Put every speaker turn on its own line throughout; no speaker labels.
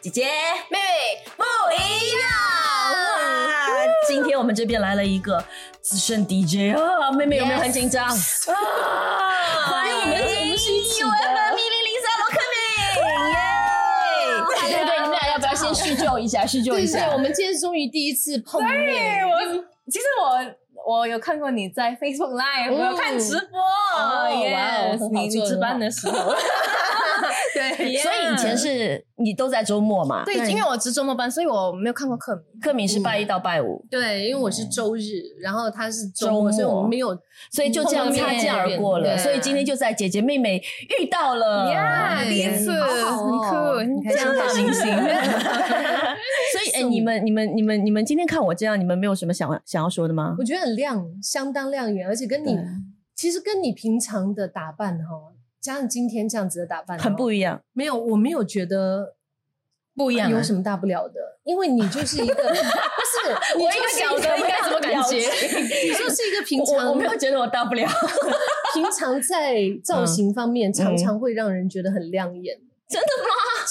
姐姐啊
妹妹
不一样哇！今天我们这边来了一个资深 DJ 啊，妹妹有没有很紧张啊？欢迎我们，哎我们是一起的。
UFM 一零零三罗克敏，耶！
对对对，你们俩要不要先叙旧一下？叙旧一下。
我们今天终于第一次碰
对，我其实我我有看过你在 Facebook Live，、我有看直播
哦哇哦
yes，
很好
你
做
你值
很好
班的时候，对
所以以前是你都在周末嘛？
对，因为我值周末班，所以我没有看过课名。
克敏是拜一到拜五，
对，因为我是周日，然后他是周
周末
哦
末，所以我们没有
所以就这样擦肩而过了。
对
所以今天就在姐姐妹妹遇到了。
呀，第一次，很
哦
酷，很
这样大明星， 所以哎、你们、你们、你们、你们今天看我这样，你们没有什么想想要说的吗？
我觉得很亮，相当亮眼，而且跟你其实跟你平常的打扮哈，加上今天这样子的打扮哦，
很不一样，
没有，我没有觉得
不一样啊
有什么大不了的，因为你就是一个 不是，你就是
我
一个
应该怎么感觉？
你就是一个平常，
我我没有觉得我大不了，
平常在造型方面，常常会让人觉得很亮 眼。真的吗？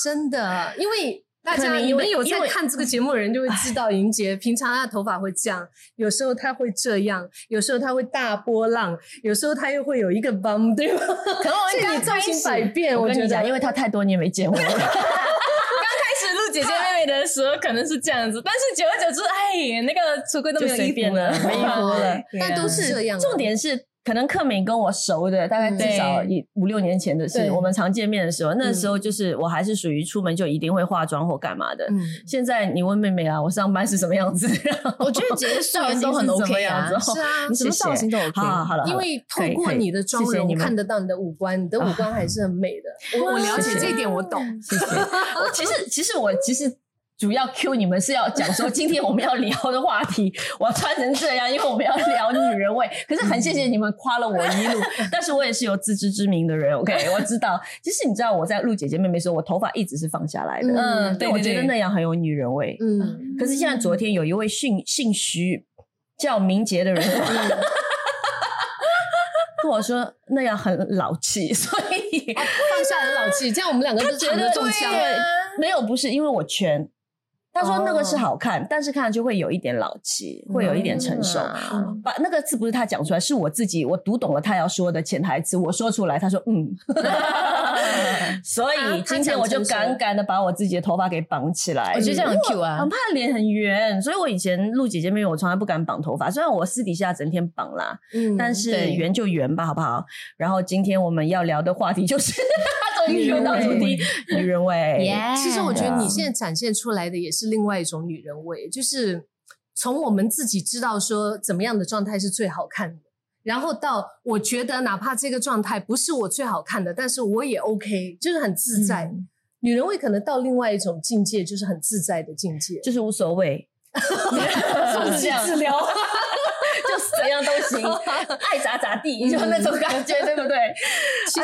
真的，因为大
可
家
能因
你
为
们有
因
在
为
看这个节目的人就会知道，莹姐平常她的头发会这样，有时候她会这样，有时候她会大波浪，有时候她又会有一个 bum，对吧？
可能我
这个造型百变，
我
我
跟
觉
你讲，因
得。
为他太多年没见我 了，
开始哎录姐姐妹妹的时候可能是这样子，但是久而久之，哎，那个橱柜都
就
没有
随
衣
便
服
了，没衣服 了。
但都是这样啊
重点是，可能克敏跟我熟的，大概至少
嗯
也五六年前的事。
对
我们常见面的时候，那时候就是我还是属于出门就一定会化妆或干嘛的。
嗯，
现在你问妹妹啊，我上班是什么样子？
我觉得姐姐素
造
颜
型
都很
是怎么
OK
样
啊
子，哦
是啊
你
什么造型都 OK。啊
好好了，
因为透
可
过
以
你的妆
谢谢你
容
们啊
看得到你的五官，你的五官还是很美的。我我了
谢
解
谢
这一点，我懂。
谢谢。我其实 其实我其实主要 Q 你们是要讲说，今天我们要聊的话题， 我要穿成这样，因为我们要聊女人味。 可是很谢谢你们夸了我一路，但是我也是有自知之明的人，OK，我知道。其实你知道我在录姐姐妹妹的时候，我头发一直是放下来的，
嗯
嗯，
对
对，
我觉得那样很有女人味。
嗯，
可是现在昨天有一位姓姓徐叫明杰的人。
嗯 哦
跟我说那样很老气，所以
放下很老气，这样我们两个就
觉
躺
得
着中枪。
没有，不是因为我全。他说那个
哦
是好看，但是看上去会有一点老气，会有一点成熟。
嗯
把那个字不是他讲出来，是我自己，我读懂了他要说的潜台词，我说出来，他说 嗯。所以
啊他
今天我就
讲成熟
敢敢的把我自己的头发给绑起来。
哦
我觉得这样很 Q 啊
很，怕脸很圆，所以我以前录姐姐妹妹，我从来不敢绑头发。虽然我私底下整天绑啦，
嗯
但是
对
圆就圆吧，好不好？然后今天我们要聊的话题就是 终于圆到主题，女人味。
耶！
其实我觉得你现在展现出来的也是另外一种女人味，就是从我们自己知道说怎么样的状态是最好看的，然后到我觉得哪怕这个状态不是我最好看的，但是我也 OK，就是很自在。
嗯
女人味可能到另外一种境界，就是很自在的境界。
就是无所 谓，
就是 这样，
治疗，
就是怎样都行， 爱咋咋地，就那种感觉，对不 对？哎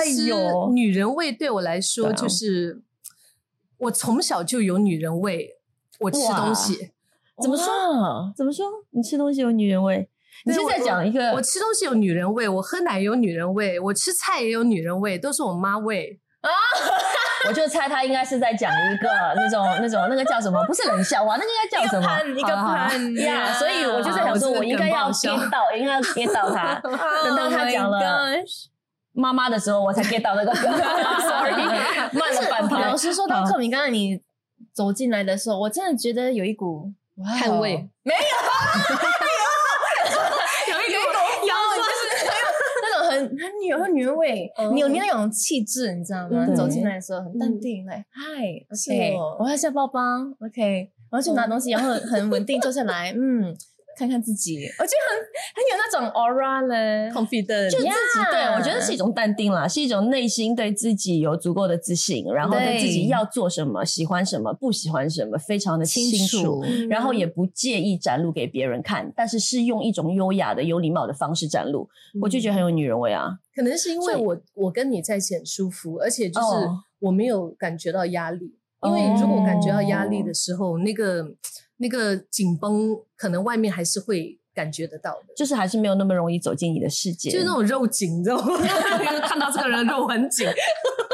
其实
呦
女人味对我来
对
说
啊
就是，我从小就有女人味，我吃
哇
东西。
怎么说？
说？
怎么说？你吃东西有女人味？你
对
现在讲一个
我吃东西有女人味，我喝奶有女人味，我吃菜也有女人味，都是我妈味。
我就猜他应该是在讲一个那种那种那个叫什么？不是冷笑话，那个应该叫什么？
一个
啊
盼
嗯呀，所以我就在
啊
想说，
我这个
我应该
梗不
要
好
跌
笑
倒，应该要跌倒 他。等到他讲了妈妈的时候，我才 get 到那个，sorry，慢 了半拍
老。实说到克敏，刚才你走进来的时候，我真的觉得有一股哦
捍卫，
有一股腰就是
那种很很女很女人味
哦，
你有那种气质，你知道吗？
嗯
走进来的时候很淡定，来
是
嗨，OK，
哦
我要下包包，OK，然后去拿东西，然后很稳定坐下来，嗯，看看自己，我觉得很很有那种 aura 嘞，
confident，
就自己
Yeah
对我觉得是一种淡定啦，是一种内心对自己有足够的自信，然后对
对
自己要做什么、喜欢什么、不喜欢什么，非常的清楚，然后也不介意展露给别人看，但是是用一种优雅的、有礼貌的方式展露，我就觉得很有女人味啊。
嗯可能是因
所
为
以
我我跟你在一起很舒服，而且就是
哦
我没有感觉到压力，因为如果感觉到压力的
哦
时候，那个那个紧绷，可能外面还是会感觉得到的。
就是还是没有那么容易走进你的世界，
就是那种肉紧，你知道吗？看到这个人肉很紧，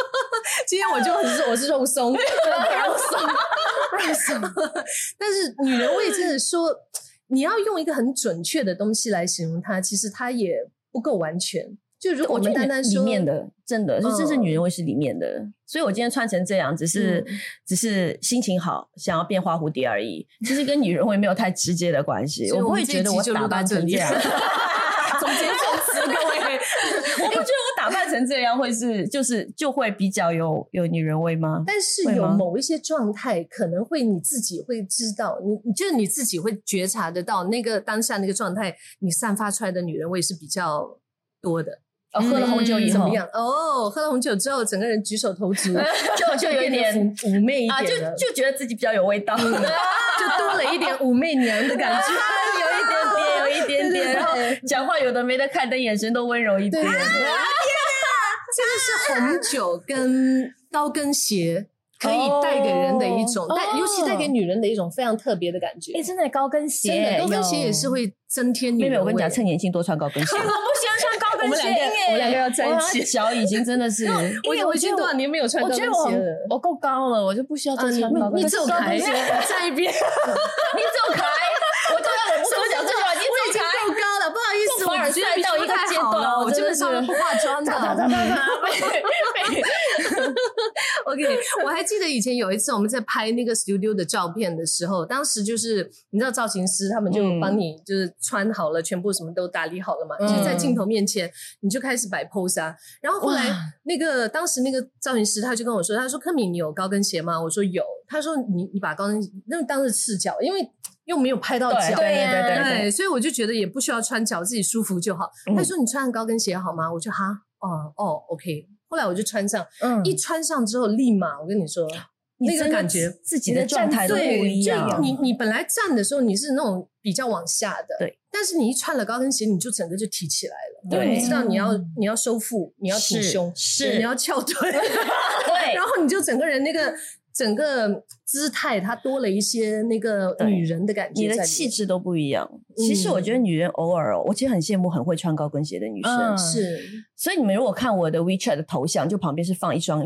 今天我就很是我是肉 松，肉松，肉松。但是女人味真的说，你要用一个很准确的东西来形容它，其实它也不够完全。就如果
我
我
觉
们
得
单单
里
说嗯
面的，真的，就这是女人味是里面的。所以我今天穿成这样，只是、只是心情好，想要变花蝴蝶而已。其实跟女人味没有太直接的关系，
所以
不
我们
会
这
觉
一
得
集
我
就
打
录到
扮
这
成
里
这 样。
总结总词，各位。
我不觉得我打扮成这样会是就是就会比较有有女人味吗？
但是
会
有
吗
某一些状态，可能会你自己会知道，你你就是你自己会觉察得到那个当下那个状态，你散发出来的女人味是比较多的。
呃喝了红酒以
怎
后
么，样？哦，喝了红酒之后，整个人举手投足
就就有一
变得
点
妩妩媚一
啊，就
点了，嗯
就觉得自己比较有味道， 有一
就多了一点妩媚娘的感觉。
点点， 有一点点，然后讲话有的没的看的眼神都温柔一点
对，。这个是红酒跟高跟鞋可以带给人的一种，
哦
带尤其带给女人的一种非常特别的感觉。
哎，真的高跟鞋，
真的，高跟鞋也是
有。
会增添女
妹
人
妹，我跟你讲，
味
趁年轻多穿高 跟鞋。
我不喜欢穿高
我
跟
们
鞋
两个，我们两个
耶。
要在一起。
脚已经真的 是，
我
因为
我
我
已
觉
经
得
多少年没有穿
我
高
觉
跟
得我
鞋了。
我够高了，我就不需要再
呃啊，你
穿高跟
你
鞋。
走开， 在一边，
你走开！我都要忍不住讲这句话，你走开！
够高了，不好意思，
这凡尔
我觉得
赛
比
到
较
一个
太
阶
好
段
了
了
我基
真的
本上都
是
不化妆的。OK，我 还记得以前有一次我们在拍那个 studio 的照片的时候，当时就是你知道造型师他们就
嗯
帮你就是穿好了，全部什么都打理好了嘛，
嗯
就在镜头面前你就开始摆 pose 啊。然后后来那个当时那个造型师他就跟我说，他说柯敏你有高跟鞋吗？我说有，他说你你把高跟那为当时赤脚，因为又没有拍到脚，
对
呀
对对对
对，所以我就觉得也不需要穿脚，自己舒服就好。
嗯
他说你穿上高跟鞋好吗？我就哈，哦哦，OK。后来我就穿上，
嗯
一穿上之后立马，我跟你说，那个感觉
自己的状态都不
对，
一
就
样。
你你本来站的时候你是那种比较往下的，
对，
但是你一穿了高跟鞋，你就整个就提起来了，因
对
为你知道你要你要收腹，你要挺
是
胸，
是
对你要翘腿，
对
然后你就整个人那个。整个姿态，它多了一些那个
对
女人的感觉
你
在里面，
的气质都不一样。其实我觉得女人偶尔哦，我其实很羡慕很会穿高跟鞋的女生
嗯。
是
所以你们如果看我的 WeChat 的头像，就旁边是放一双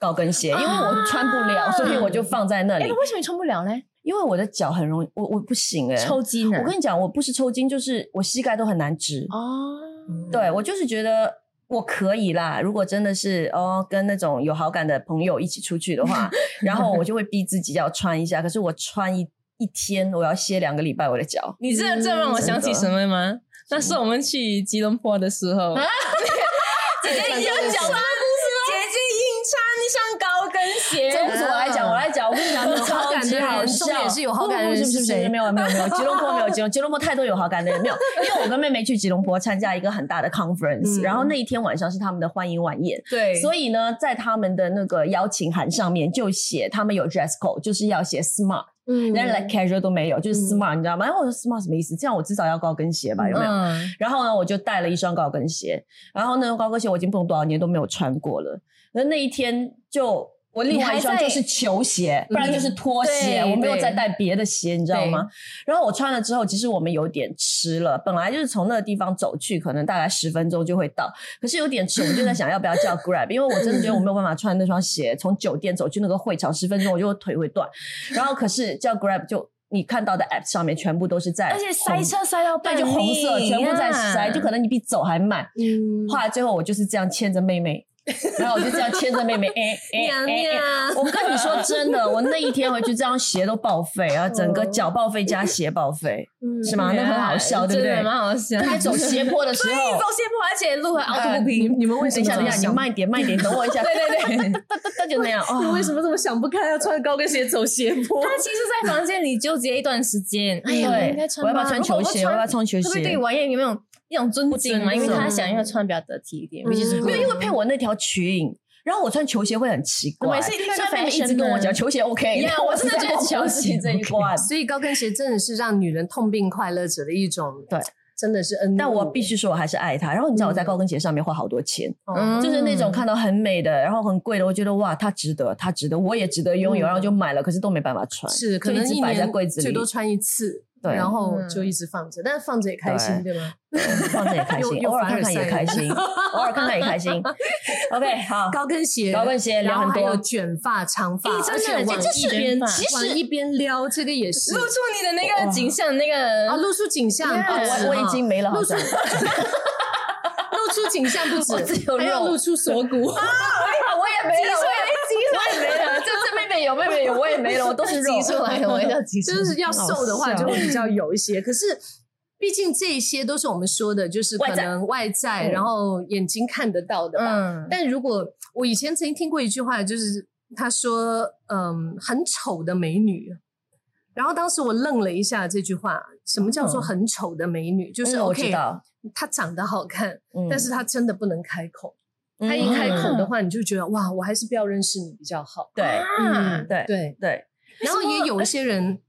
高跟鞋，因为我穿不了，所以我就放在那
啊哎，
里
那。为什么你穿不了呢？
因为我的脚很容易，我我不行哎，
抽筋啊！
我跟你讲，我不是抽筋，就是我膝盖都很难直。
哦，
对我就是觉得我可以啦。如果真的是哦，跟那种有好感的朋友一起出去的 话，然后我就会逼自己要穿一下。可是我穿一一天，我要歇两个礼拜我的脚。
你这这让我想起什么吗？那是我们去吉隆坡的时候， 姐姐已经讲穿，姐姐硬穿一双高跟鞋
这不是我来讲，我来讲。我跟你讲，
有好感的
超级
人
好
重点
笑，
是有好
不
感的
不
人
不
是
是不
谁
是？没有没有 没有，吉隆坡没有吉隆吉隆坡太多有好感的人没有。因为我跟妹妹去吉隆坡参加一个很大的 conference，、
嗯
然后那一天晚上是他们的欢迎晚宴，
对，
所以呢，在他们的那个邀请函上面就写他们有 dress code，就是要写 smart，
嗯
但是 like casual 都没有，就是
嗯
smart，、你知道吗？然后我说 smart 什么意思？这样我至少要高跟鞋吧，有没有？
嗯，
然后呢，我就带了一双高跟鞋，然后呢，高跟鞋我已经不懂多少年都没有穿过了。那那一天就我另外一双
你还在嗯
就是球鞋，不然就是拖鞋，
对
我没有
对
再带别的鞋，你知道吗？然后我穿了之后，其实我们有点迟了，本来就是从那个地方走去，可能大概十分钟就会到，可是有点迟，我就在想要不要叫 Grab，因为我真的觉得我没有办法穿那双鞋从酒店走去那个会场，十分钟我就腿会断。然后可是叫 Grab 就。你看到的 app 上面全部都是在，
而且塞车塞到
对，
半
就红色
命
全部在
啊
塞，就可能你比走还慢。
嗯
后来最后我就是这样牵着妹 妹，然后我就这样牵着妹妹，哎
娘
哎哎哎。
娘，
我跟你说真的，我那一天回去，这双鞋都报废，然后整个脚报废加鞋报废，
嗯
是吗？那很好笑，对
真
不
的
对？
蛮好
嗯
笑。
他走斜坡的时候，
斜坡，而且路还
呃
你你们为什
等一
么
下，
这
等一
么
下，你
想？
慢一点，慢一点，等我一下。对对对， 就 那样。哦
你 为什么这么想不开？要啊穿高跟鞋走斜坡？
他其实，在房间里纠结一段时间。哎
对，
呀，
我应
我
该穿吧
要不要穿球鞋？
如
我要
果我
不要穿球
会不会对
鞋？
王艳有没有一种尊敬嘛？
不尊
因为
重
他想要穿比较得体一点，尤
嗯
其是
没有，因为配我那条裙，然后我穿球鞋会很奇怪。
我也是一定要
所以妹妹一
fashion
直跟我
的
讲球鞋 OK，
呀我真 的觉得球鞋
这一关。
所以高跟鞋真的是让女人痛并快乐着的一种，
对，
真的是恩。
但我必，须说，我还是爱它。然后你知道我在高跟鞋上面花好多钱，
嗯，
就是那种看到很美的，然后很贵的，我觉得哇，它值得，它值得，我也值得拥有，
嗯
然后就买了，可是都没办法穿，
是可
就一
能
直
一
摆在
年
柜子
最
里。
多穿一次，
对嗯
然后就一直放着，但是放着也开心，对吗？
放着也 开
又
心，
又
偶尔
凡
看
尔
看
赛
也
了
开 心，偶尔看看也开心。OK，好，
高跟鞋，
高跟鞋聊
然后
很
还有
多，
卷发、长发，
咦真的
而且往
这这是
一边
其实
往一边撩，这个也是
露出你的那个景象，那个
啊，露出景象
哦
不止
我我已
哈
经没了，好
露出
像
露出景象不
我只
止，
有
还要
肉
露出锁 骨。
我也没了，我也没了，这这妹妹有，妹妹有，我也没了，我都 是
挤出来，我 要挤出
就是要瘦的话
好笑
就会比较有一些，可是。毕竟这些都是我们说的，就是可
外在
能外在，
嗯
然后眼睛看得到的吧。
嗯，
但如果我以前曾经听过一句话，就是他说：“嗯，很丑的美女。”然后当时我愣了一下，这句话什么叫做
嗯
很丑的美女？就是
嗯我知
OK，
道，
她长得好看，
嗯
但是她真的不能开口。
嗯
她一开口的话，你就觉得哇，我还是不要认识你比较好。
对
啊
嗯，
对
对。
对，
然后也有一些人，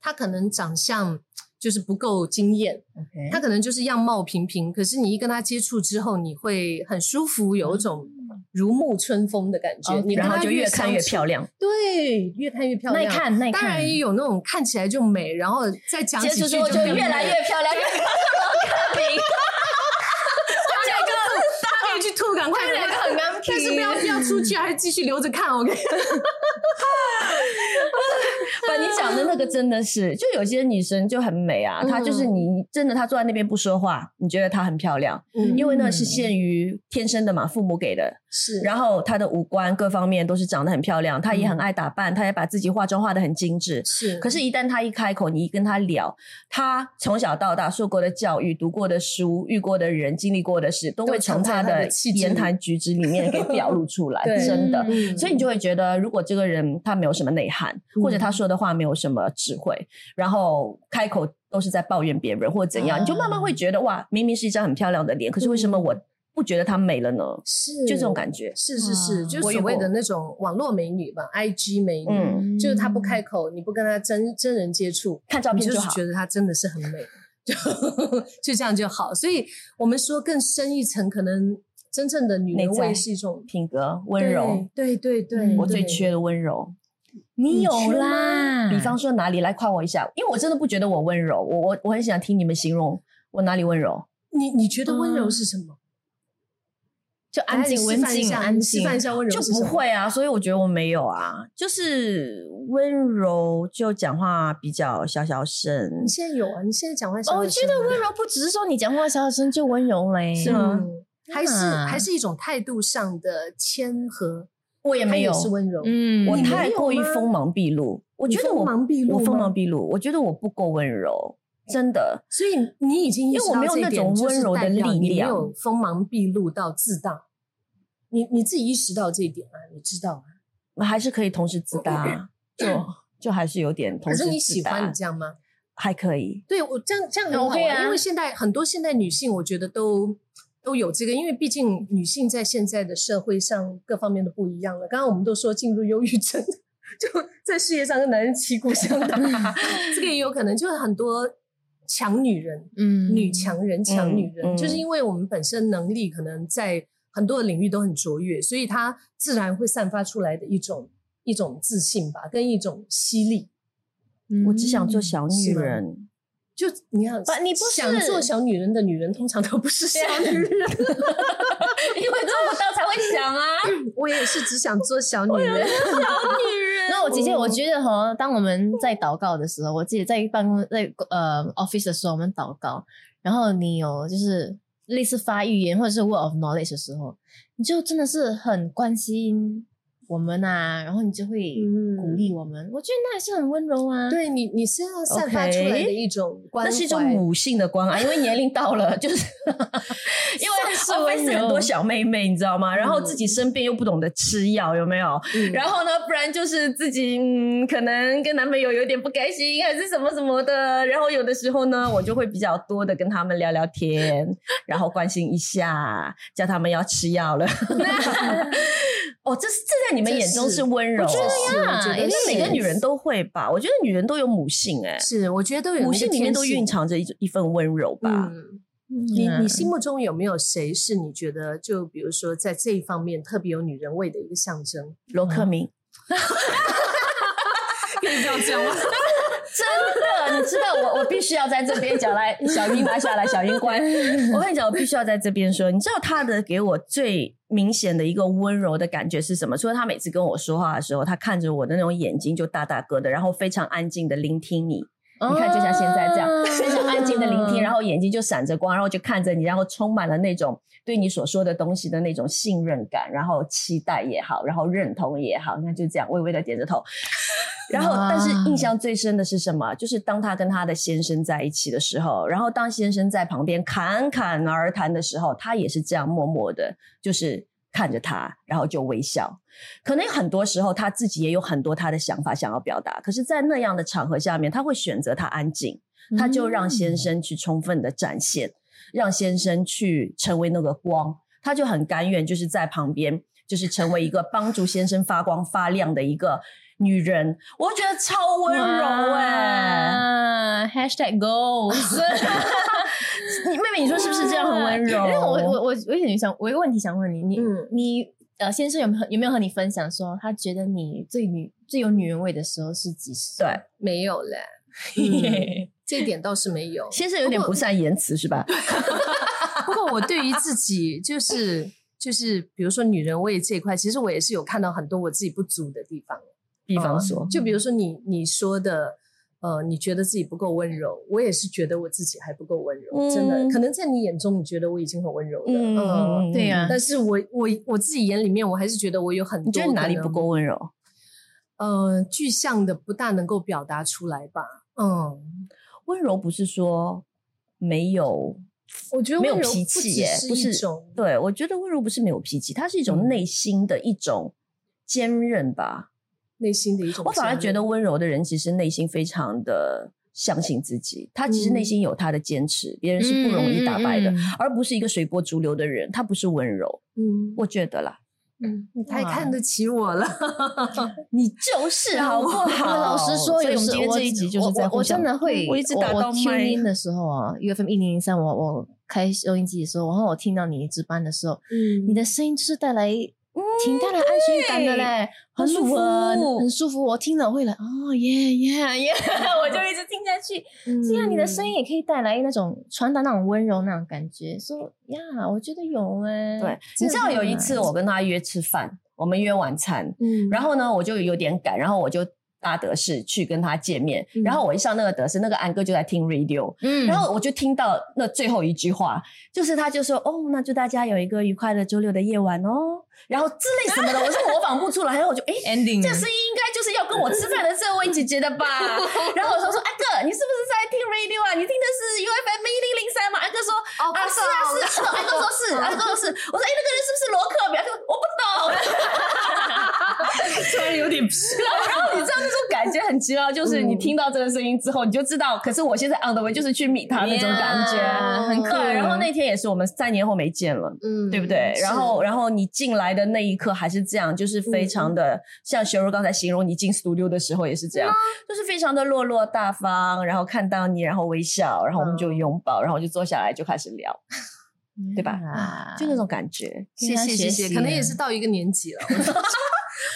他可能长相就是不够惊艳，
哎
他可能就是样貌平平，可是你一跟他接触之后，你会很舒服，有一种如沐春风的感觉。你
嗯哦
跟
然后
他
就越看越
相处
漂亮，
对，越看越漂
耐
亮。
看耐
当
看
然，也有那种看起来就美，然后再讲
接
几
触
句
之后就
更
越来
美
越漂亮，越看越平。
大家可以去吐，赶快两个很难，但是不要不要出去，还是继续留着 看。我跟你
不，你讲的那个真的是，就有些女生就很美啊，她就是你你真的她坐在那边不说话，你觉得她很漂亮，
嗯
因为那是限于天生的嘛，父母给的，
是
然后她的五官各方面都是长得很漂亮，她也很
嗯
爱打扮，她也把自己化妆化得很精致。
是，
可是，一旦她一开口，你一跟她聊，她从小到大受过的教育、读过的书、遇过的人、经历过的事，都会从她
藏在她
的
的气质里
言谈举止里面给表露出来，
对
真的。
嗯
所以你就会觉得，如果这个人他没有什么内涵，
嗯
或者他说的话没有什么智慧，然后开口都是在抱怨别人或者怎样，
啊
你就慢慢会觉得哇，明明是一张很漂亮的脸，可是为什么我不觉得她美了呢？
是
就这种感觉。
是是是，
哇
就
我遇
所谓
过
的那种网络美女吧，IG 美女，
嗯
就是她不开口，你不跟她真真人接触，
看照
你
片
就
就是好
觉得她真的是很美，就就这样就好。所以我们说更深一层，可能真正的女人
内在
味是一种
品格温柔，
对对对
嗯
对，
我最缺的温柔。你有
缺
啦，
吗
比方说哪里来夸我一下，因为我真的不觉得我温柔，我我我很想听你们形容我哪里温柔。
你你觉得温
嗯
柔是什么？
就
来
安静
你
文
示范一
静
下
安
示
静，
范一下温柔
就是
什
不
么，
会啊，所以我觉得我没有啊，就是温柔，就讲话比较小小声
你，现在有啊，你现在讲话小
哦，我
小
觉得
声
温柔不只是说你讲话小小声就温柔嘞，
是吗
嗯还是还是一种态度上的谦和，
我也
它
没有，
是温柔，
嗯
我
你没
太
有
过于
吗
锋芒毕露，我
你
觉得
锋
我
芒毕露
我锋
吗
芒毕露，我觉得我不够温柔，真的，
所以你已经意识到
因为我
这一点
没有那种温柔的力量
就是代表你没有锋芒毕露到自大。你你自己意识到这一点啊，你知道啊。
还是可以同时自搭，就 就还是有点同
可
时
是你
自
喜欢
搭
你，这样吗？
还可以，
对我这样这样很好玩
OK 啊
因为现代很多现代女性，我觉得都都有这个，因为毕竟女性在现在的社会上各方面都不一样了。刚刚我们都说进入忧郁症， 就在事业上跟男人旗鼓相 当，啊这个也有可能，就是很多强女人，
嗯
女强人、强女人，
嗯
就是
嗯
因为我们本身能力可能在很多的领域都很卓越，所以她自然会散发出来的一种一种自信吧，跟一种犀利。
我只想做小女
嗯是吗
人，
就你看，
你不
想
是啊
做小女人的女人，通常都不 是小 女人。
嗯
因为做不到才会想啊，
我也是只想做 小女人，
那我姐
哦
姐，我觉得哈，当我们在祷告的时候，我自己在办公在呃 office 的时候，我们祷告，然后你有就是类似发预言或者是 word of knowledge 的时候，你就真的是很关心我们啊，然后你就会
嗯
鼓励我们，我觉得那也是很温柔啊。
对你，你是要散发出来的一种关
那
怀，
是一种母性的关爱，因为年龄到了，就是因为 office 很多小妹妹，你知道吗？然后自己生病又不懂得吃药，有没有？
嗯
然后呢，不然就是自己嗯，可能跟男朋友有点不开心，还是什么什么的。然后有的时候呢，我就会比较多的跟他们聊聊天，然后关心一下，叫他们要吃药 了。哦，这是这在你们
这
眼中
是
是温柔哦，
觉得
呀
啊我觉
啊因
得
那
为
每个
是
女人都会吧？我觉得女人都有母性哎、
是，我觉得都有
母
那个
性里面
天
都蕴藏着一一份温柔吧。
嗯
你
你 你心目中有没有谁是你觉得就比如说在这一方面特别有女人味的一个象征？
罗克明，
可以这样讲吗？
真的，你知道我我必须要在这边讲 来，小英拿下来，小英乖。我跟你讲，我必须要在这边说，你知道他的给我最明显的一个温柔的感觉是什么？除了他每次跟我说话的时候，他看着我的那种眼睛就大大哥的，然后非常安静的聆听你。你看，就像现在这样，
哦
非常安静的聆
嗯
听，然后眼睛就闪着光，然后就看着你，然后充满了那种对你所说的东西的那种信任感，然后期待也好，然后认同也好，那就这样微微的点着头。然后，但是印象最深的是什么？就是当她跟她的先生在一起的时候，然后当先生在旁边侃侃而谈的时候，她也是这样默默的，就是看着他，然后就微笑。可能很多时候他自己也有很多他的想法想要表达，可是，在那样的场合下面，他会选择他安静，他就让先生去充分的展现，让先生去成为那个光，他就很甘愿就是在旁边，就是成为一个帮助先生发光发亮的一个女人，我觉得超温柔哎、
哇，#hashtag go，
你妹妹，你说是不是这样很温柔？
因为我我我我有点想，我有个问题想问你，你、
嗯
你呃，先生有没有有没有和你分享说，他觉得你最女最有女人味的时候是几时？
对，
没有嘞， 这点倒是没有。
嗯先生有点不善言辞是吧？
不过我对于自己就是 就是，比如说女人味这一块，其实我也是有看到很多我自己不足的地方。
比方说，
就比如说你你说的，呃，你觉得自己不够温柔，我也是觉得我自己还不够温柔，真的
嗯。
可能在你眼中，你觉得我已经很温柔了，嗯，
呃
对呀
但是我我我自己眼里面，我还是觉得我有很多
你觉得哪里不够温柔？
可能？呃，具象的不大能够表达出来吧。嗯，
温柔不是说没有，
我觉得
没有
温柔
脾
不
气
只
耶，不
是一
是
种
对，我觉得温柔不是没有脾气，它是一种
嗯
内心的一种坚韧吧。
内心的一种。
我反而觉得，温柔的人其实内心非常的相信自己，他其实内
嗯
心有他的坚持，别人是不容易打败的，而不是一个随波逐流的人，他不是温柔，
嗯，
我觉得啦，
嗯，你太
哇
看得起我了。
你就是好不好？
老实说，
所以
有
我们
时
今天
我
这一集就是
我
在
我我
互相
真的会，
我一直打
我
到
tune
麦
in 的时候啊，UFM 一零零三，我我开收音机的时候，然后我听到你值班的时候，
嗯
你的声音就是带来挺大的安全感的嘞，
嗯
很
很舒服
稳，很舒服。我听了会来，哦耶耶耶， 我就一直听下去。 这样你的
嗯
声音也可以带来那种传达那种温柔那种感觉。说呀，我觉得有哎，
对，你知道有一次我跟他约吃饭，我们约晚餐，
嗯，
然后呢，我就有点赶，然后我就搭德士去跟他见面。
嗯
然后我一上那个德士，那个安哥就在听 radio，、
嗯，
然后我就听到那最后一句话，就是他就说：“哦，那祝大家有一个愉快的周六的夜晚哦。”然后之类什么的，我是模仿不出来，然后我就哦诶。
ending
这声音应该就是要跟我吃饭的这位姐姐的 吧？然后我说说，哎安哥，你是不是在听 radio 啊？你听的是 UFM 一零零三吗？安哥说，
哦
啊，是啊，是啊，是啊安哥说 是，安哥说是。我说，哎、那个人是不是罗克？表哥，我不懂。
突然有点皮，
然后你知道那种感觉很奇妙，就是你
嗯
听到这个声音之后，你就知道，可是我现在 on the way 就是去 meet 他那种感觉。
Yeah，很酷
对，然后那天也是我们三年后没见了。
嗯，
对不对？
是嗯
然后，然后你进来的那一刻还是这样，就是非常的、像修柔刚才形容你进 studio 的时候也是这
嗯
样，就是非常的落落大方，然后看到你，然后微笑，然后我们
嗯
就拥抱，然后我就坐下来就开始聊，对吧
啊
就那种感觉。
嗯谢谢谢谢，可能也是到一个年纪了。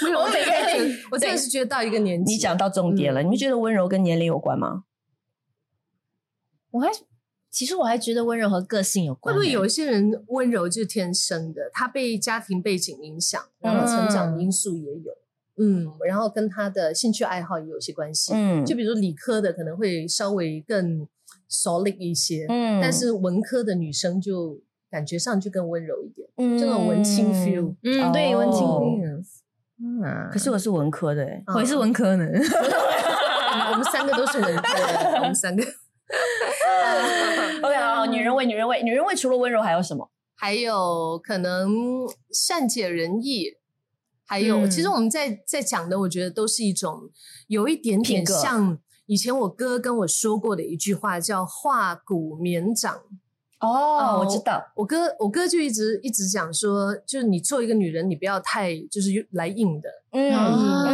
没有，我每个人，我真的是觉得到一个年纪，
你讲到重点了，你们觉得温柔跟年龄有关吗？
我还其实我还觉得温柔和个性有
会
关，欸
不会有一些人温柔就是天生的，他被家庭背景影响，然后成长因素也有，嗯，然后跟他的兴趣爱好也有些关系。
嗯，
就比如说理科的可能会稍微更 solid 一些，
嗯
但是文科的女生就感觉上就更温柔一点，
嗯
这种文青 feel。
嗯，对，温情
哦
嗯啊
可是我是文科的、欸，
嗯
我也是文科呢。
我们三个都是文科，我们 三个。
OK，好好，女人味，女人味，女人味除了温柔还有什么？
还有可能善解人意，还有、
嗯
其实我们在在讲的，我觉得都是一种有一点
品
点
格
像以前我哥跟我说过的一句话，叫“化骨绵掌”。
哦，
哦
我知道，
我哥我哥就一直一直讲说，就是你做一个女人，你不要太就是来硬的。
嗯，
啊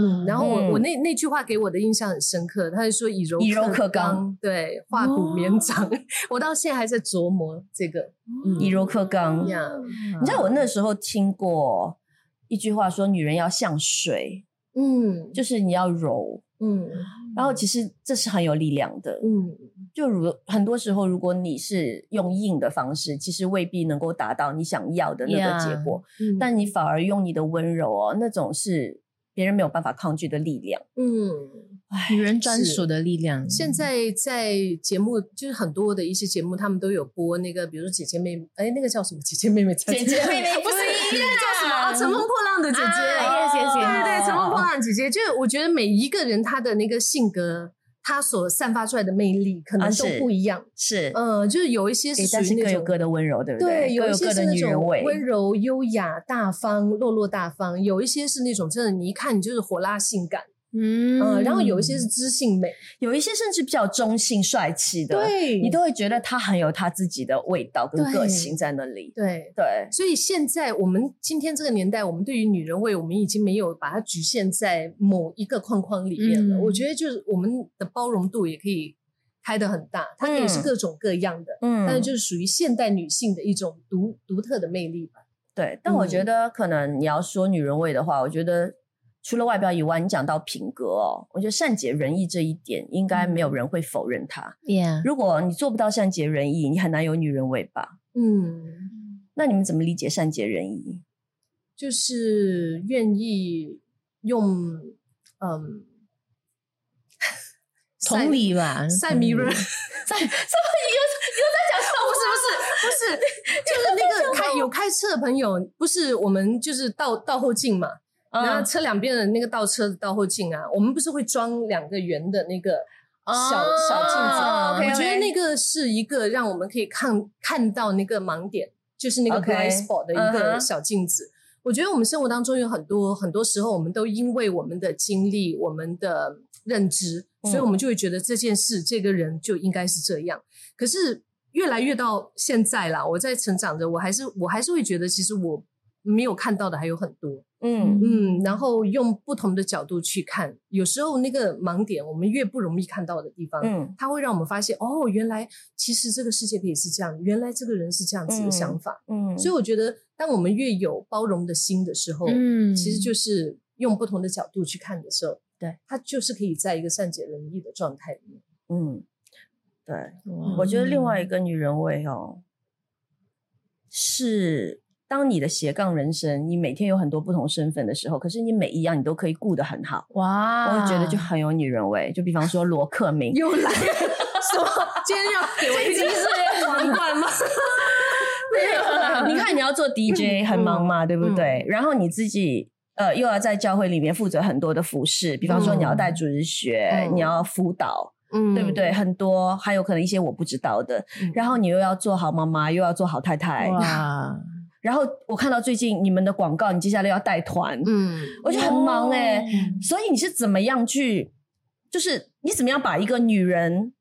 嗯，然后我、
嗯
我那那句话给我的印象很深刻，他就说以柔
以柔克刚哦
刚，对，化骨绵掌。 我到现在还在琢磨这个。嗯
以柔克刚。
呀
你知道我那时候听过一句话说，女人要像水，
嗯
就是你要柔。
嗯
然后其实这是很有力量的，
嗯，
就如很多时候，如果你是用硬的方式，其实未必能够达到你想要的那个结果
嗯
但你反而用你的温柔哦，那种是别人没有办法抗拒的力量。
嗯，
女人专属的力量。
现在在节目就是很多的一些节目，他们都有播那个，比如说姐姐妹妹，哎，那个叫什么？姐姐妹妹，
姐姐妹妹
不是
一
那个叫什么？啊，乘风破浪的姐姐。
啊，yes, yes, yes
对对，乘风破浪姐姐，就是我觉得每一个人他的那个性格，他所散发出来的魅力可能
啊
都
是
不一样。
是，
嗯，就是有一些是
诶
属
但是
于
各
那
有
种
各的温柔，对不
对，
各
有一
有
些
各
是
的
那
女人
种
味。
温柔、优雅、大方、落落大方；有一些是那种真的，你一看你就是火辣性感，
嗯
嗯，然后有一些是知性美，
有一些甚至比较中性帅气的，
对
你都会觉得他很有他自己的味道跟
嗯对
个性在那里。
对。
对，
所以现在我们今天这个年代，我们对于女人味，我们已经没有把它局限在某一个框框里面了。
嗯
我觉得就是我们的包容度也可以开得很大，它可以是
嗯
各种各样的，
嗯
但是就是属于现代女性的一种独独特的魅力吧。
对，但我觉
嗯
得可能你要说女人味的话，我觉得除了外表以外，你讲到品格哦，我觉得善解人意这一点，应该没有
嗯
人会否认它。
，yeah，
如果你做不到善解人意，你很难有女人味吧？
嗯，
那你们怎么理解善解人意？
就是愿意用嗯
同理吧，嗯
赛
同理
米 人，赛什么？你又又在讲什么？不是不是不 是，就是那个开有开车的朋友，不是我们就是倒倒后镜嘛，然后
嗯
车两边的那个倒车的倒后镜啊，我们不是会装两个圆的那个。小小镜子，
哦
我
，OK，OK
觉得那个是一个让我们可以看看到那个盲点，就是那个
OK，
blind spot 的一
嗯
个
哼
小镜子。我觉得我们生活当中有很多很多时候，我们都因为我们的经历、我们的认知，
嗯
所以我们就会觉得这件事、这个人就应该是这样。可是越来越到现在啦，我在成长着，我还是我还是会觉得，其实我没有看到的还有很多。
嗯
嗯，然后用不同的角度去看，有时候那个盲点，我们越不容易看到的地方，
嗯
它会让我们发现，哦，原来其实这个世界可以是这样，原来这个人是这样子的想法。
嗯，
所以我觉得，当我们越有包容的心的时候，
嗯
其实就是用不同的角度去看的时候，
对，
它就是可以在一个善解人意的状态里面。
嗯，对，
哇
我觉得另外
嗯
一个女人味哦，是当你的斜杠人生，你每天有很多不同身份的时候，可是你每一样你都可以顾得很好，
哇，
我会觉得
啊
就很有女人味。就比方说罗克明，
又来了什么？今天要给我一集 是皇冠吗？
你看你要做 DJ 很忙嘛，对不
嗯
对？然后你自己。呃，又要在教会里面负责很多的服饰，比方说你要带主日学，
嗯
你要辅导，
嗯
对不对？？很多，还有可能一些我不知道的。
嗯
然后你又要做好妈妈，又要做好太太，
哇，
然后我看到最近你们的广告，你接下来要带团，
嗯
我觉得很忙哎、
哦
嗯
所以你是怎么样去，就是你怎么样把一个女人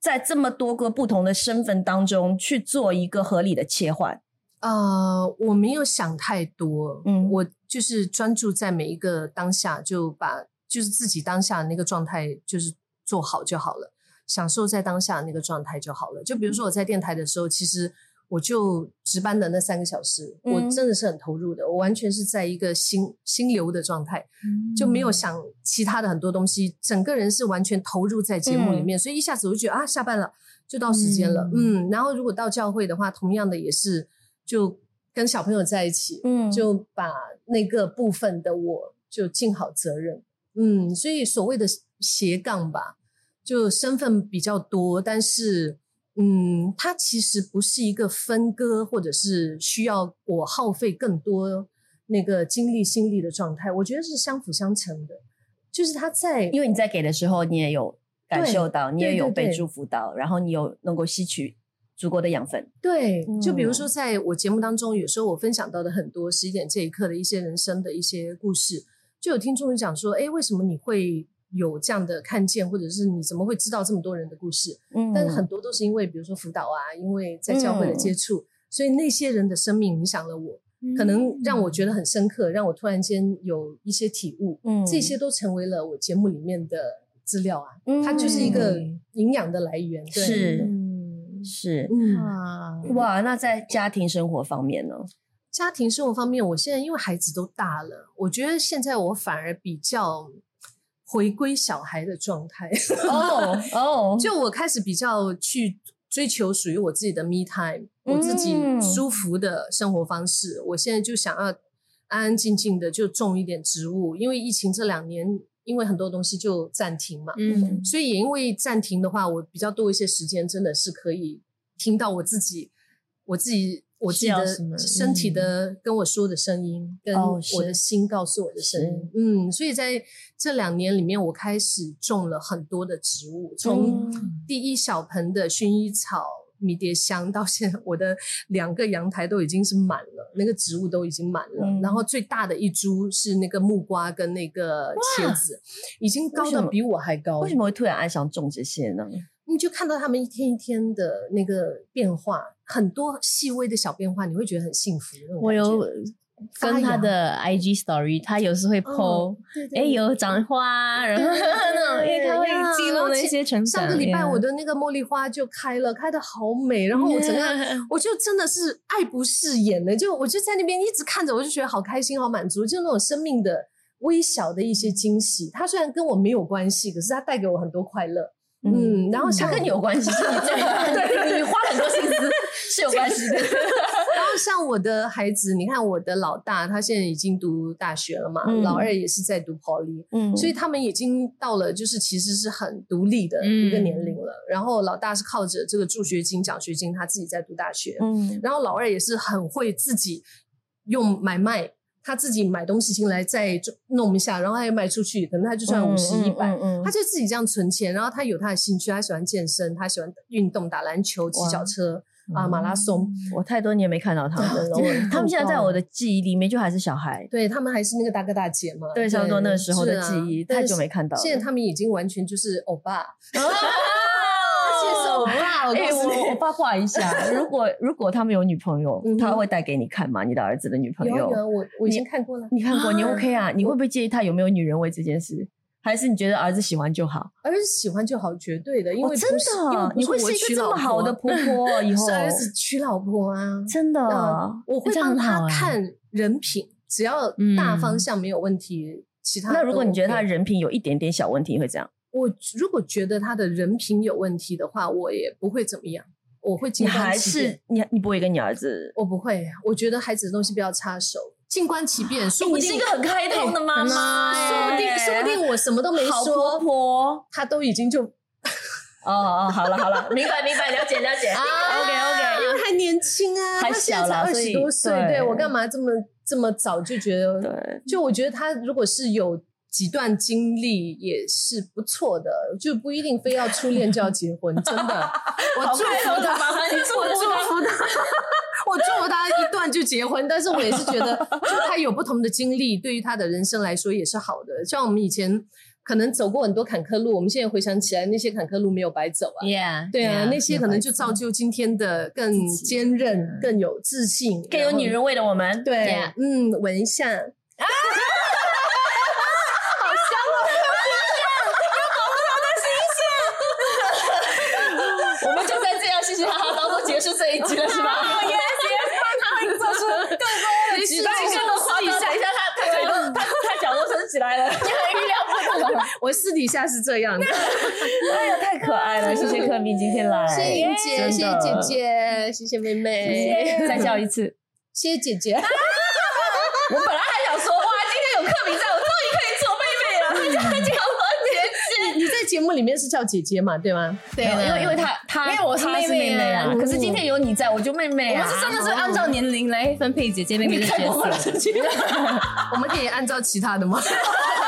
在这么多个不同的身份当中去做一个合理的切换？
呃，我没有想太多，
嗯
我就是专注在每一个当下，就把就是自己当下的那个状态就是做好就好了，享受在当下的那个状态就好了。就比如说我在电台的时候，其实我就值班的那三个小时，
嗯
我真的是很投入的，我完全是在一个心心流的状态，就
嗯
没有想其他的很多东西，整个人是完全投入在节目里面，所以一下子我就觉得啊，下班了就到时间了，嗯然后如果到教会的话，同样的也是就跟小朋友在一起，
嗯
就把那个部分的我就尽好责任，嗯，所以所谓的斜杠吧，就身份比较多，但是。嗯，它其实不是一个分割，或者是需要我耗费更多那个精力、心力的状态，我觉得是相辅相成的。就是它在
因为你在给的时候，你也有感受到，你也有
对对
被
对
祝福到，然后你有能够吸取足够的养分。
对，就比如
嗯
说在我节目当中，有时候我分享到的很多十一点这一刻的一些人生的一些故事，就有听众就讲说，哎，为什么你会有这样的看见，或者是你怎么会知道这么多人的故事？
嗯嗯
但很多都是因为比如说辅导啊，因为在教会的接触，所以那些人的生命影响了我，
嗯
可能让我觉得很深刻，让我突然间有一些体悟。
嗯
这些都成为了我节目里面的资料啊，
嗯
它就是一个营养的来源。对
是
嗯
是
嗯，
哇，
哇，那在家庭生活方面 呢？
家庭生活方面，我现在因为孩子都大了，我觉得现在我反而比较回归小孩的状态。
哦哦，
就我开始比较去追求属于我自己的 me time，、我自己
嗯
舒服的生活方式。我现在就想要安安静静的就种一点植物，因为疫情这两年，因为很多东西就暂停嘛，
嗯
所以也因为暂停的话，我比较多一些时间，真的是可以听到我自己，我自己。我自己
需要什么嗯
的身体的跟我说的声音，跟
哦是
我的心告诉我的声音，嗯，所以在这两年里面，我开始种了很多的植物，从
嗯
第一小盆的薰衣草、迷迭香， 到现在我的两个阳台都已经是满了，那个植物都已经满了。
嗯
然后最大的一株是那个木瓜跟那个茄子，已经高
为什
的
么
比我还高。
为什么会突然爱上种这些呢？
你就看到他们一天一天的那个变化，很多细微的小变化，你会觉得很幸福。那种
我
感觉
有跟他
发芽
的 IG story，他有时会 po，
哦对对
哎、有长花，然后
嗯
那种，因为他
对呀
啊
会记录
而
那
且
些成长。
上个礼拜
yeah
我的那个茉莉花就开了，开的好美，然后我整
嗯
个 我就真的是爱不释眼的，就我就在那边一直看着，我就觉得好开心、好满足，就那种生命的微小的一些惊喜。它虽然跟我没有关系，可是它带给我很多快乐。嗯，然后
它
像
跟你有关系，是你这你花很多心思是有关 系的。
然后像我的孩子，你看我的老大，他现在已经读大学了嘛，
嗯
老二也是在读 poly，、
嗯
所以他们已经到了就是其实是很独立的一个
嗯
年龄了。然后老大是靠着这个助学金、奖学金，他自己在读大学。
嗯，
然后老二也是很会自己用买卖，他自己买东西进来再弄一下，然后他又卖出去，可能他就赚五十一百，
嗯
他就自己这样存钱。然后他有他的兴趣，他喜欢健身，他喜欢运动，打篮球、骑
哇嗯
脚车啊、马拉松。
我太多年没看到他 们了，我他们现在在我的记忆里面就还是小 孩。
对他们还是那个大哥大姐嘛，
对差不多那个时候的
是啊
记忆
但
太
是
久没看到了
现在他们已经完全就是欧巴，
谢
现在是欧巴，我
哎、
告诉
我我
你，
八卦一下，如果如果他们有女朋友
嗯哼，
他会带给你看吗？你的儿子的女朋
有
友
啊有，啊，我我
你
已经看过了。
你看过，你 OK 啊？你会不会介意他有没有女人味这件事？还是你觉得儿子喜欢就好？
儿子喜欢就好，绝对的，因为
哦
不是、
真
因为
的，
不
你会
我
是一个
娶
这
老
么好的
婆
婆婆以 后
是，儿子娶老婆啊，
真的，
嗯我会
这样
帮
很
他
好哎
看人品，只要大方向没有问题，其他
嗯那如果
都
你觉得
OK
他人品有一点点小问题，会怎样？
我如果觉得他的人品有问题的话，我也不会怎么样，我会
你
静观
还
其变
是你你不会跟你儿子？
我不会，我觉得孩子的东西不要插手，静观其变，说
哎
不
你
定、
是一个很开通的妈妈
哎
哎，
说不定说不定我什么都没
好
说，
婆婆。
他都已经就
哦哦，好了好了，明白明白，了解了解。OK
因
OK，
为还年轻啊，
还
他现在
小
才
啦
二
所
十
以
多岁，
对
对我干嘛这么这么早就觉得
对，
就我觉得他如果是有几段经历也是不错的，就不一定非要初恋就要结婚，真的。我祝福他，
妈妈，你哦祝
我祝福他，我祝福他一段就结婚。但是我也是觉得，就他有不同的经历，对于他的人生来说也是好的。像我们以前可能走过很多坎坷路，我们现在回想起来，那些坎坷路没有白走啊。
，Yeah，
对啊，
yeah，
那些可能就 造就今天的更坚韧、更有自信、
更有
然后
女人味的我们。
对
Yeah
嗯，闻一下。
我们就在这样嘻嘻哈哈当做结束这一集了，是吧？
没
你再更多夸张，等一下他他腿都他他脚都伸起来 了，哎预料不到。
我私底下是这样的，
哎呀，太可爱了！谢嗯谢科明今天来，
谢谢莹姐，
哎真的
谢谢姐，姐，谢谢妹妹，
再叫一次。
谢谢姐姐。
我本来还想说，哇，今天有克明在，我终于可以做妹妹了，大家叫我姐姐。
你在节目里面是叫姐姐嘛，对吗？
对
因
了，
为因为他他
因为我是
她
妹妹啊
啊，可是今天有你在，我就妹妹
我
啊。
们是真的是按照 年龄来分配姐姐妹妹的角色。
我们可以按照其他的吗？
啊